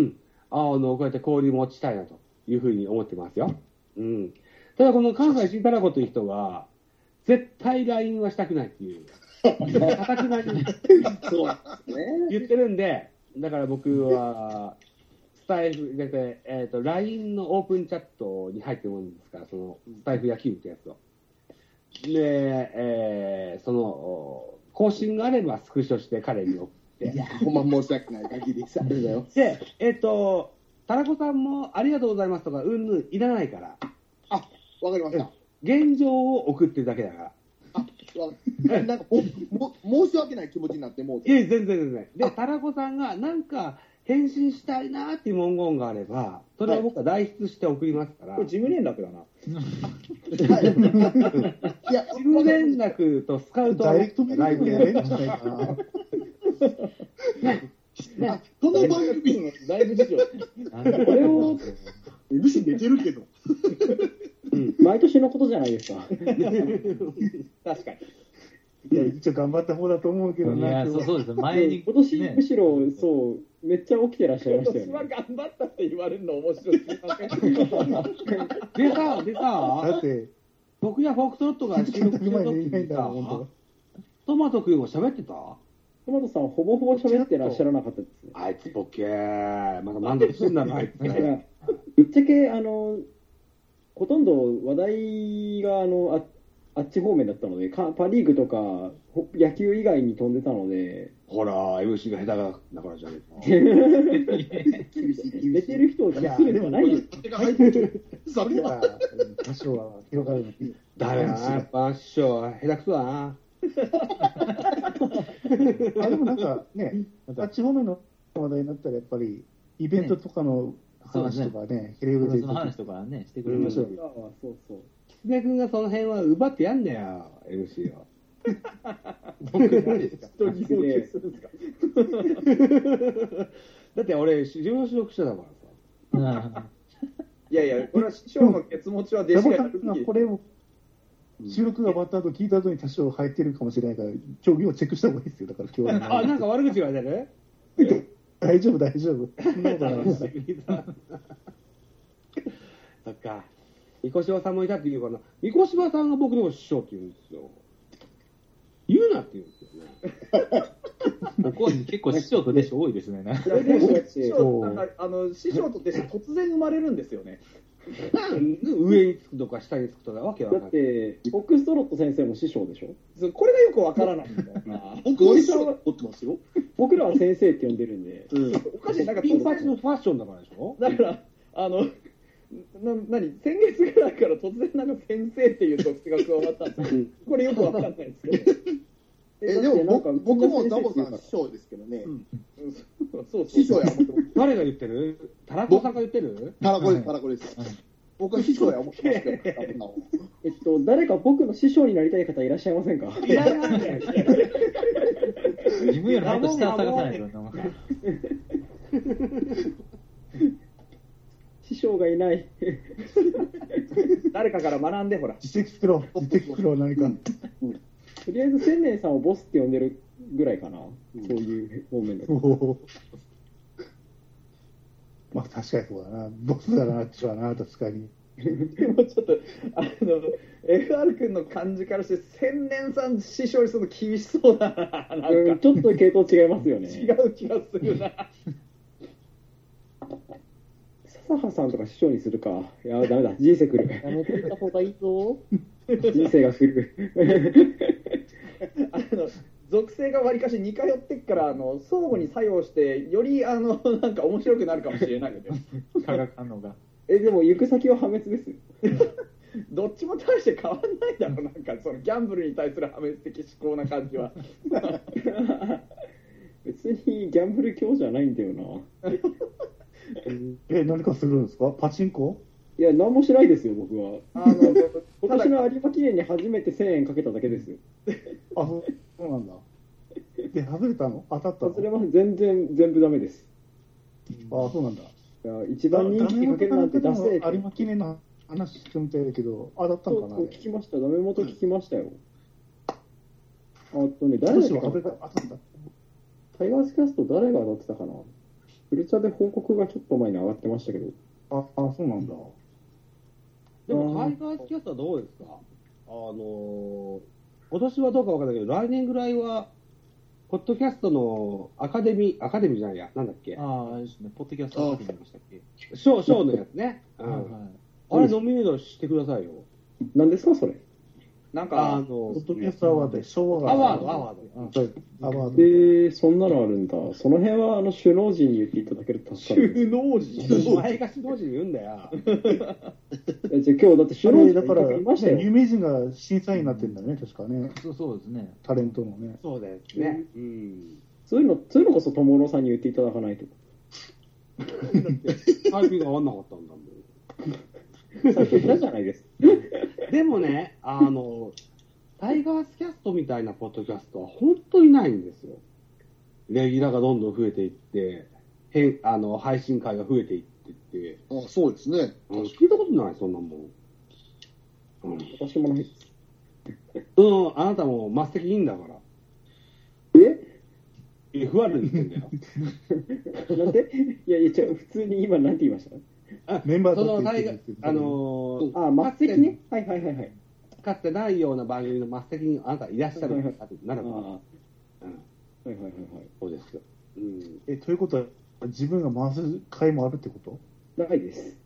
Speaker 11: です。
Speaker 1: あの、こうやって交流持ちたいなというふうに思ってますよ。うん。ただこの関西新太郎子という人は、絶対 LINE はしたくないっていう。かたくなに
Speaker 11: そうなんですね。
Speaker 1: 言ってるんで、だから僕は、スタイフ、だってえっ、と、LINE のオープンチャットに入ってるもんですから、その、スタイフ野球部ってやつを。で、えーその、お更新があればスクショして彼に送って
Speaker 11: い。や、ほんま申し訳ない限り さ、あれだよ。
Speaker 1: で、えっ、と、タラコさんもありがとうございますとか、うんぬんいらないから、
Speaker 11: わかりました。
Speaker 1: 現状を送ってるだけだから。
Speaker 11: わかりなんかもも申し訳ない気持ちになってもう
Speaker 1: いえ、全然全然。で、タラコさんがなんか返信したいなーっていう文言があれば、それを僕は代筆して送りますから、
Speaker 2: これ事務連絡だな。
Speaker 11: て。はい。いや、
Speaker 1: 自分連絡とスカウト
Speaker 4: ダイレクトメ
Speaker 1: ライ
Speaker 4: ール
Speaker 1: ブ
Speaker 4: でや
Speaker 1: や
Speaker 4: れ
Speaker 1: る
Speaker 4: るんじゃないかな。
Speaker 11: あその番組、
Speaker 2: ライブ事情。
Speaker 3: これを、
Speaker 11: MC 出てるけど。
Speaker 9: 毎年のことじゃないですか。
Speaker 2: 確かに。
Speaker 4: いや、一応頑張った方だと思うけど
Speaker 3: い
Speaker 4: な
Speaker 3: や、。そうそうですよ。前に、
Speaker 9: 今年、
Speaker 3: ね
Speaker 9: むしろ、そう、めっちゃ起きてらっしゃいま
Speaker 2: 今
Speaker 9: したよ
Speaker 2: 年
Speaker 9: ね
Speaker 2: は。頑張ったって言われるの面白い。すいません
Speaker 1: でさ、でさ、
Speaker 4: だって、
Speaker 1: 僕やフォークトロットが収録してる時にさ、トマト君は喋ってた
Speaker 9: トマトさん、ほぼほぼ喋ってらっしゃらなかったですね。
Speaker 1: あいつボケー。まだ満足してんだな、あいつ。
Speaker 9: だから、ぶっちゃけ、あの、ほとんど話題が、あの、ああっち方面だったので、かパ・リーグとか、ほ野球以外に飛んでたので、
Speaker 1: ほら、MC が下手だからじゃねえか。
Speaker 11: 厳しい、厳しい。
Speaker 9: 寝てる人を気にするではないです。
Speaker 11: 手が入ってる。それ
Speaker 4: だか
Speaker 11: は、
Speaker 4: ら、多少は広がるの
Speaker 1: ダメだな、やっぱ師匠は下手くそだな。
Speaker 4: あでもなんかね、あっち方面の話題になったら、やっぱりイベントとかの話とかね、ヘレグ
Speaker 3: そ
Speaker 4: で
Speaker 3: の話とかね、してくれましたよ。
Speaker 9: ああそうそう。
Speaker 1: キツネ君がその辺は奪ってやんだよ、MC を。
Speaker 2: 人に要求するんですか。
Speaker 1: だって俺、自分の所属者だからさ。
Speaker 2: いやいや、これは師匠のケツ持ちは弟
Speaker 4: ダ
Speaker 2: 子
Speaker 4: ボ
Speaker 2: が
Speaker 4: さ
Speaker 2: や
Speaker 4: ん
Speaker 2: る
Speaker 4: がこれを収録が終わった後聞いた後に多少入ってるかもしれないから、競技をチェックした方がいいですよ、だから今 日
Speaker 1: あ、
Speaker 4: は、
Speaker 1: なんか悪口言われてる
Speaker 4: 大丈夫、大丈 夫、そんなことないです
Speaker 1: 楽しみだそっか。三越島さんもいたって言うからな。三越島さんが僕のこと師匠って言うんですよ。言うなって言うんですよね。
Speaker 3: ここに結構師匠と弟子多いですね。
Speaker 2: いやでも師匠なんかあの師匠と弟子突然生まれるんですよね。
Speaker 1: なんで上につくとか下につくとかわけわか
Speaker 9: だ
Speaker 1: んな
Speaker 9: っ
Speaker 1: い。
Speaker 9: て、フォックストロット先生も師匠でしょ
Speaker 2: そうこれがよくわからないんだよな。
Speaker 11: 僕は一緒に持ってますよ。
Speaker 9: 僕らは先生って呼んでるんで、
Speaker 11: うん。
Speaker 2: おかしい、なんか
Speaker 1: 金髪のファッションだからでしょ
Speaker 2: だから、あの、な、なに、先月ぐらいから突然なんか先生っていう特性が加わったんですよ。これよくわかんないですけど。
Speaker 11: え、でも
Speaker 9: なんか
Speaker 11: 僕僕もダボさ
Speaker 9: みん
Speaker 11: ん
Speaker 9: な
Speaker 11: 師匠ですけどね。
Speaker 2: うんそうそう。
Speaker 11: 師匠や思ってます。
Speaker 1: 誰が言ってるタラコさんが言ってる
Speaker 11: タラコです、タラコです。僕は師匠や思ってますけど、ダボさんを
Speaker 9: えっと、誰か僕の師匠になりたい方いらっしゃいませんか
Speaker 1: いらない。
Speaker 3: 自分よりもっと下を探さないと。
Speaker 9: 師匠がいない。
Speaker 2: 誰かから学んで、ほら。
Speaker 4: 実績作ろう、実績作ろう、何か、
Speaker 9: とりあえず千年さんをボスって呼んでるぐらいかな。そういう方面だと。
Speaker 4: まあ確かにそうだな、ボスだな、あっちはな、確かに。
Speaker 2: でもちょっと、あの、FR 君の感じからして、千年さん師匠にするの厳しそうだな。な
Speaker 9: うんん
Speaker 2: か、
Speaker 9: ちょっと系統違いますよね。
Speaker 2: 違う気がするな。
Speaker 9: 笹葉さんとか師匠にするか。いや、ダメだ。人生来る。
Speaker 3: やめてた方がいいぞ。
Speaker 9: 人生が来る。
Speaker 2: あの属性がわりかし似通ってっからあの相互に作用してよりあのなんか面白くなるかもしれないよね
Speaker 3: 化学反応が。
Speaker 9: え、でも行く先は破滅ですよ。
Speaker 2: どっちも大して変わんないだろうなんかそのギャンブルに対する破滅的思考な感 じは
Speaker 9: 別にギャンブル教じゃないんだよな。
Speaker 4: え、何かするんですかパチンコ
Speaker 9: いや、なんもしないですよ、僕は。
Speaker 2: あの
Speaker 9: 今年の有馬記念に初めて1000円かけただけですよ。
Speaker 4: あ、そうそうなんだ。で、外れたの当たったの
Speaker 9: 外れは全然、全部ダメです。
Speaker 4: あ、そうなんだ。
Speaker 9: いや一番人気にかけるなんて出せって
Speaker 4: ダメ元の方も有馬記念の話してみたいだけど、当たった
Speaker 9: そ
Speaker 4: の
Speaker 9: う
Speaker 4: かな
Speaker 9: そう
Speaker 4: あれ
Speaker 9: 聞きました、ダメ元聞きましたよ。あとね、誰
Speaker 4: ど
Speaker 9: だ
Speaker 4: う
Speaker 9: っ
Speaker 4: し
Speaker 9: け
Speaker 4: よう
Speaker 9: か
Speaker 4: 外れた当たった。
Speaker 9: タイガースキャスト誰が当たってたかなフルチャで報告がちょっと前に上がってましたけど、
Speaker 4: あ、あそうなんだ。
Speaker 1: でもタイガースキャストはどうですかあのー、今年はどうかわかんないけど、来年ぐらいは、ポッドキャストのアカデミー、アカデミーじゃないや、なんだっけ、
Speaker 3: ああ、あれですね、ポッドキャストの時にりましたっけ。
Speaker 1: ショー、ショーのやつね。う
Speaker 3: はい
Speaker 1: ん
Speaker 3: はい
Speaker 1: あれ、ノミネートしてくださいよ。
Speaker 2: なんですか、それ。なん
Speaker 1: あ
Speaker 2: か、
Speaker 1: の
Speaker 4: ポ、ッドキャストアワードで昭和が。
Speaker 1: アワード、アワード。
Speaker 4: はいアワー
Speaker 12: え
Speaker 4: ド。
Speaker 12: ー、そんなのあるんだ。その辺は、あの、首脳陣に言っていただけると助か る。
Speaker 2: 収納時。
Speaker 1: お前が同時に言うんだよ。
Speaker 12: えじゃあ今日、だって
Speaker 4: あ
Speaker 12: 首脳陣
Speaker 4: れ、だから、
Speaker 12: いましたよ。
Speaker 4: ね有名人が審査員になってんだよね、確かね。
Speaker 3: そうそうですね。
Speaker 4: タレントのね。
Speaker 1: そうですね。うん。
Speaker 12: そういうの、そういうのこそ友野さんに言っていただかないと。
Speaker 1: タイピング合わなかったんだもん。
Speaker 12: 最初言ったじゃないですか。
Speaker 1: でもね、あの、タイガースキャストみたいなポッドキャストは本当にないんですよ。レギュラーがどんどん増えていって、変あの配信会が増えていってって、
Speaker 13: あそうですね。
Speaker 1: うん聞いたことない、そんなもん。うん、
Speaker 12: 私もない。
Speaker 1: うん、あなたも末席いいんだから。え ?FR に言ってん だよ。
Speaker 12: なんでいやいや、違う、普通に今、なんて言いました
Speaker 1: あ
Speaker 4: メンバー
Speaker 1: そ
Speaker 4: だ
Speaker 1: の
Speaker 4: っ
Speaker 1: タ
Speaker 4: て
Speaker 1: イガ
Speaker 4: 言っ
Speaker 1: ー
Speaker 4: てる、
Speaker 1: あのー
Speaker 12: ああ、末席ね。はいはいはいはい。
Speaker 1: かつてないような番組の末席にあなたいらっしゃる方にな
Speaker 12: あ
Speaker 1: れ
Speaker 12: あ、
Speaker 1: ば、
Speaker 12: は
Speaker 1: うん、
Speaker 12: いはいはいはい。
Speaker 1: そうですよ。うん、
Speaker 4: え、ということは、自分が回す回もあるってこと
Speaker 12: ないです。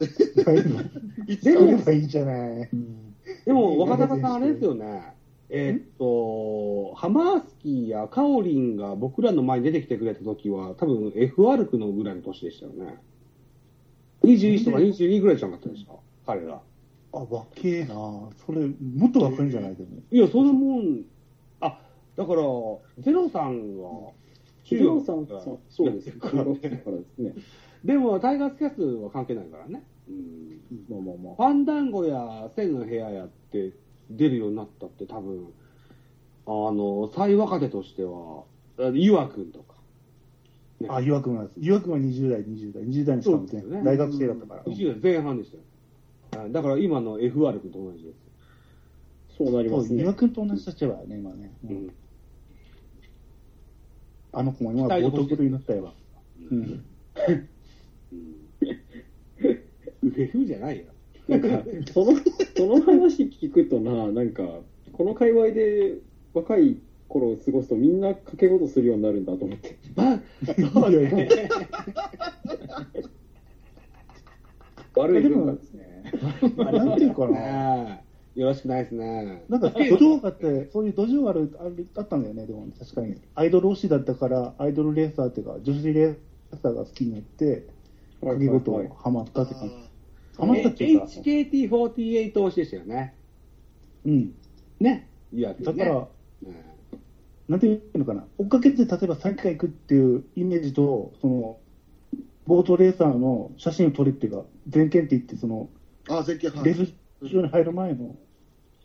Speaker 4: ないの
Speaker 13: で
Speaker 4: 作れ
Speaker 13: も、
Speaker 4: ばいいじゃない。
Speaker 1: でも、若隆さん、あれですよね。えーっと、ハマースキーやカオリンが僕らの前に出てきてくれた時は、多分 FR 区のぐらいの年でしたよね。21とか22ぐらいじゃなかったですか、彼ら。
Speaker 4: あ、若えなそれ、もっと若いんじゃないでも。
Speaker 1: いや、そんなもん、あ、だから、ゼロさんは、
Speaker 12: ヒロさんは、そうそうです。
Speaker 1: やって
Speaker 12: だ
Speaker 1: る
Speaker 12: か
Speaker 1: か
Speaker 12: らで
Speaker 1: らね
Speaker 12: すね。
Speaker 1: でも、タイガースキャストは関係ないからね。うん。
Speaker 12: まあまあまあ。
Speaker 1: ファンダンゴや千の部屋やって出るようになったって多分、あの、最若手としては、あゆわくんとか。
Speaker 4: あ、岩君は、岩君は20代、20代、20代の人なんです
Speaker 1: そうですよ
Speaker 4: ね。
Speaker 1: ね
Speaker 4: 大学生だったから。
Speaker 1: 20代前半でしたよ。あだから今の FR 君と同じです。
Speaker 12: そうなりま
Speaker 4: そう
Speaker 12: すね
Speaker 4: 岩。君と同じ立場だね、今ね。うん
Speaker 1: うん
Speaker 4: あの子も今、冒頭狂いになったよ。うん。
Speaker 1: 上風じゃないよ。
Speaker 12: なんか、その、その話聞くとな、なんか、この界隈で若い頃を過ごすとみんな掛け事するようになるんだと思って。
Speaker 1: そうね。
Speaker 2: 悪い文化ですね。
Speaker 4: まあなんていう かな。
Speaker 1: ねえよろしくないですね。
Speaker 4: なんか、土壌があって、そういう土壌がある、あるあったんだよね、でも、確かに。アイドル推しだったから、アイドルレーサーっていうか、女子レーサーが好きになって、鍵ごとハマったって感じ。ハマったっていうか、
Speaker 1: HKT48 推しでしたよね。
Speaker 4: うん。
Speaker 1: ね。ゆわくん
Speaker 4: だ
Speaker 1: ね。
Speaker 4: から、
Speaker 1: うん
Speaker 4: なんていうのかな、追っかけて例えば3回行くっていうイメージと、そのボートレーサーの写真を撮るっていうか、全権って言って、その
Speaker 13: あ絶景、は
Speaker 4: レ
Speaker 13: い
Speaker 4: ース場に入る前の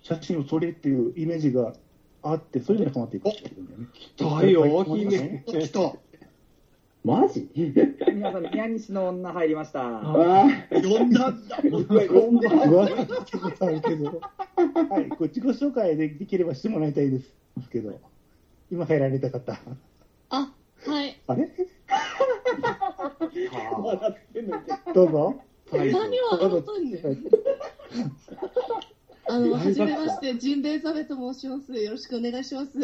Speaker 4: 写真を撮れっていうイメージがあって、それにハマっていくっていうんだよね。
Speaker 1: だよ、
Speaker 4: そういう
Speaker 1: 姫。
Speaker 13: あ来た。
Speaker 12: マジ
Speaker 3: 皆さん、宮西の女入りました。
Speaker 12: あ
Speaker 13: 呼んだんだ。
Speaker 4: うわってことあるけど、はい、こう自己紹介でできればしてもらいたいですけど、今入られた方、
Speaker 14: あ、はい。
Speaker 4: あれ
Speaker 1: は
Speaker 4: どうぞ。
Speaker 1: あはい
Speaker 14: 何を争ってん
Speaker 4: は
Speaker 14: の
Speaker 4: い
Speaker 14: あの、はじめまして、ジンベエザメと申します。よろしくお願いします。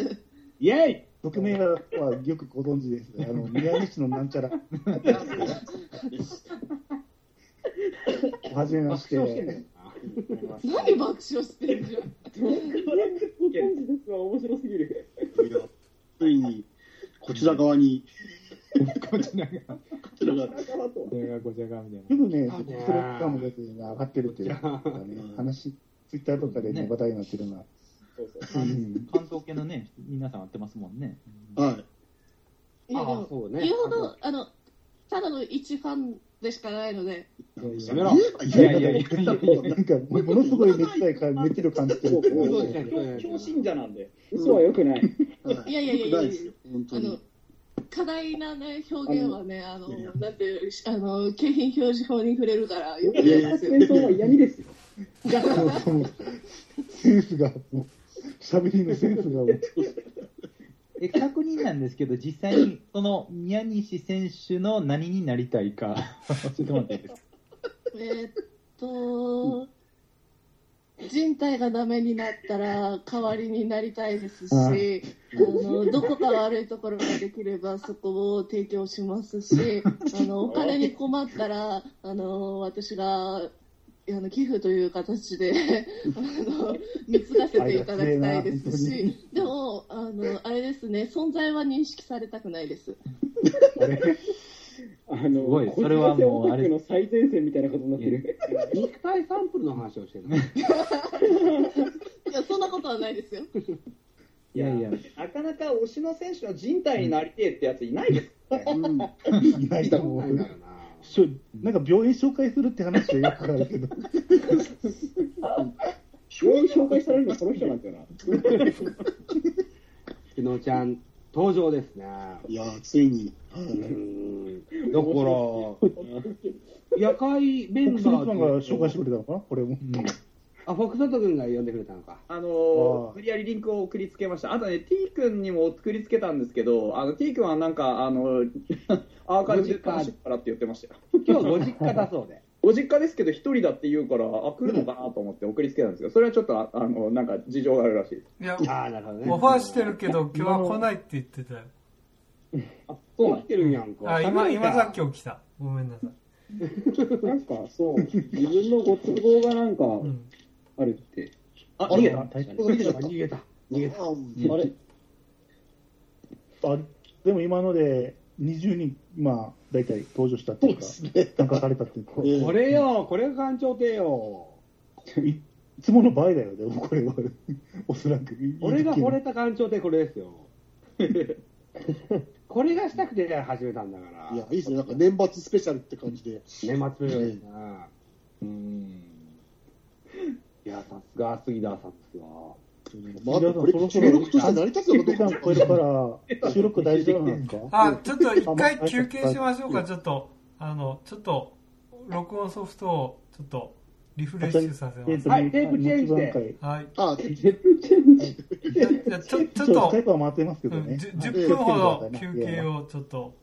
Speaker 1: イェイ
Speaker 4: 匿名はよくご存知ですね。あの宮西のなんちゃら。はじめまして。
Speaker 14: 何爆笑してんじゃん。
Speaker 12: あ、面白すぎる。
Speaker 13: ついに、こちら側に、こちら側こ
Speaker 3: これがごちゃがみたい
Speaker 4: よくね、
Speaker 1: そうね
Speaker 4: ストラッカーのやつが上がってるっていうかね、話、ツイッターとかでね
Speaker 3: ね
Speaker 4: 話題になってるな。
Speaker 3: な。関東系のね、皆さん会ってますもんね。
Speaker 13: ちら側に。はい。
Speaker 14: いや、でも、
Speaker 1: そう
Speaker 14: 言うほど、あの、ただの一ファンでしかないので、
Speaker 1: やめろ
Speaker 13: 言。えば言えば
Speaker 3: いやいやい
Speaker 4: なんか、ものすごい熱帯感、熱量感じてるっていう
Speaker 1: そう
Speaker 4: か
Speaker 1: ですね
Speaker 2: 強信者なんで。
Speaker 12: 嘘は良くない。
Speaker 13: はい
Speaker 14: やいやいや
Speaker 13: よくな
Speaker 14: いや
Speaker 13: いですよ、本当
Speaker 14: あの
Speaker 13: に。、
Speaker 14: 過大なね、表現はね、あの、なんていう、あの、景品表示法に触れるから、よく言いますよ。
Speaker 12: 戦争は闇ですよ。
Speaker 4: そうそうもうセンスが、もう、喋りのセンスがもう、
Speaker 3: え確認なんですけど、実際にその宮西選手の何になりたい か、教えてもらっていいですか
Speaker 14: えーっと、人体がダメになったら代わりになりたいですし、あのどこか悪いところができればそこを提供します し、あのお金に困ったらあの私が。あの寄付という形であの貢がせていただきたいですし、でもあのあれですね、存在は認識されたくないです。
Speaker 12: あの、
Speaker 3: ごいそれはもうあれ
Speaker 12: こじらせオタクの最前線みたいなことになってる。
Speaker 1: 肉体サンプルの話をしてるの。
Speaker 14: いやそんなことはないですよ。
Speaker 3: いやいや、
Speaker 2: なかなか推しの選手の人体になりてえってやついないですよね。
Speaker 4: いないと思う。しょなんか病院紹介するって話はよくあるけど、
Speaker 12: 病院紹介されるのはその人なんだよな。
Speaker 1: きのちゃん、登場ですね。
Speaker 11: いやー、ついに。
Speaker 1: うーんだから、夜会メン
Speaker 4: 奥
Speaker 1: バ
Speaker 4: 様
Speaker 1: ー
Speaker 4: が紹介してくれたのかな、これも。
Speaker 1: あ、フォックサット君が呼んでくれたのか。
Speaker 2: あの
Speaker 4: あー
Speaker 2: 無理やりリンクを送りつけました。あとね、T 君にも送りつけたんですけど、あの T 君はなんか、あの アーカイブで楽しいからって言ってましたよ。
Speaker 1: 今日ご実家だそうで。
Speaker 2: ご実家ですけど、一人だって言うから、あ、来るのかなと思って送りつけたんですけど、それはちょっと、ああの、なんか事情があるらしいです。
Speaker 5: いや、
Speaker 1: ああ、なるほどね。
Speaker 5: オファーしてるけど、今日は来ないって言ってたよ。
Speaker 1: そうなってるんやんか。
Speaker 5: あ、今、
Speaker 1: 寒いか
Speaker 5: 今さっき起きた。ごめんなさい。
Speaker 12: なんか、そう、自分のご都合がなんか
Speaker 5: うん。
Speaker 12: あるって。
Speaker 2: あ、
Speaker 4: あ
Speaker 2: 逃げ
Speaker 4: れ
Speaker 2: た。
Speaker 1: 逃げた。逃げた。逃げた。
Speaker 11: あれ
Speaker 4: あでも今ので20人、まあ、大体登場したっていうか、参加されたっていうか、い
Speaker 1: これよ、これが艦長艇よ。
Speaker 4: つもの倍だよ、でもこれは、 おそらく。
Speaker 1: 俺が惚れた艦長艇これですよ。これがしたくて始めたんだから。
Speaker 11: いや、いいですね。なんか年末スペシャルって感じで。
Speaker 1: 年末よりな。うん。いや、さすが杉田さんですわ。
Speaker 11: まだこれ、収録として成り立つの
Speaker 4: 時
Speaker 11: か
Speaker 4: 間
Speaker 11: どう
Speaker 4: 超えるから、 収録大丈夫なんですか
Speaker 5: あ、ちょっと一回休憩しましょうか、ちょっと。あの、ちょっと、録音ソフトを、ちょっと、リフレッシュさせます。
Speaker 1: はいテープチェンジで
Speaker 4: で。
Speaker 5: はい。
Speaker 11: か。あ、
Speaker 5: じゃじゃあちょ、ちょっ
Speaker 4: ちょっとス
Speaker 5: と
Speaker 4: カイ、プは回ってますけ
Speaker 5: う
Speaker 4: ど
Speaker 5: ん
Speaker 4: ね。
Speaker 5: じゅ10分ほど休憩をちょっと、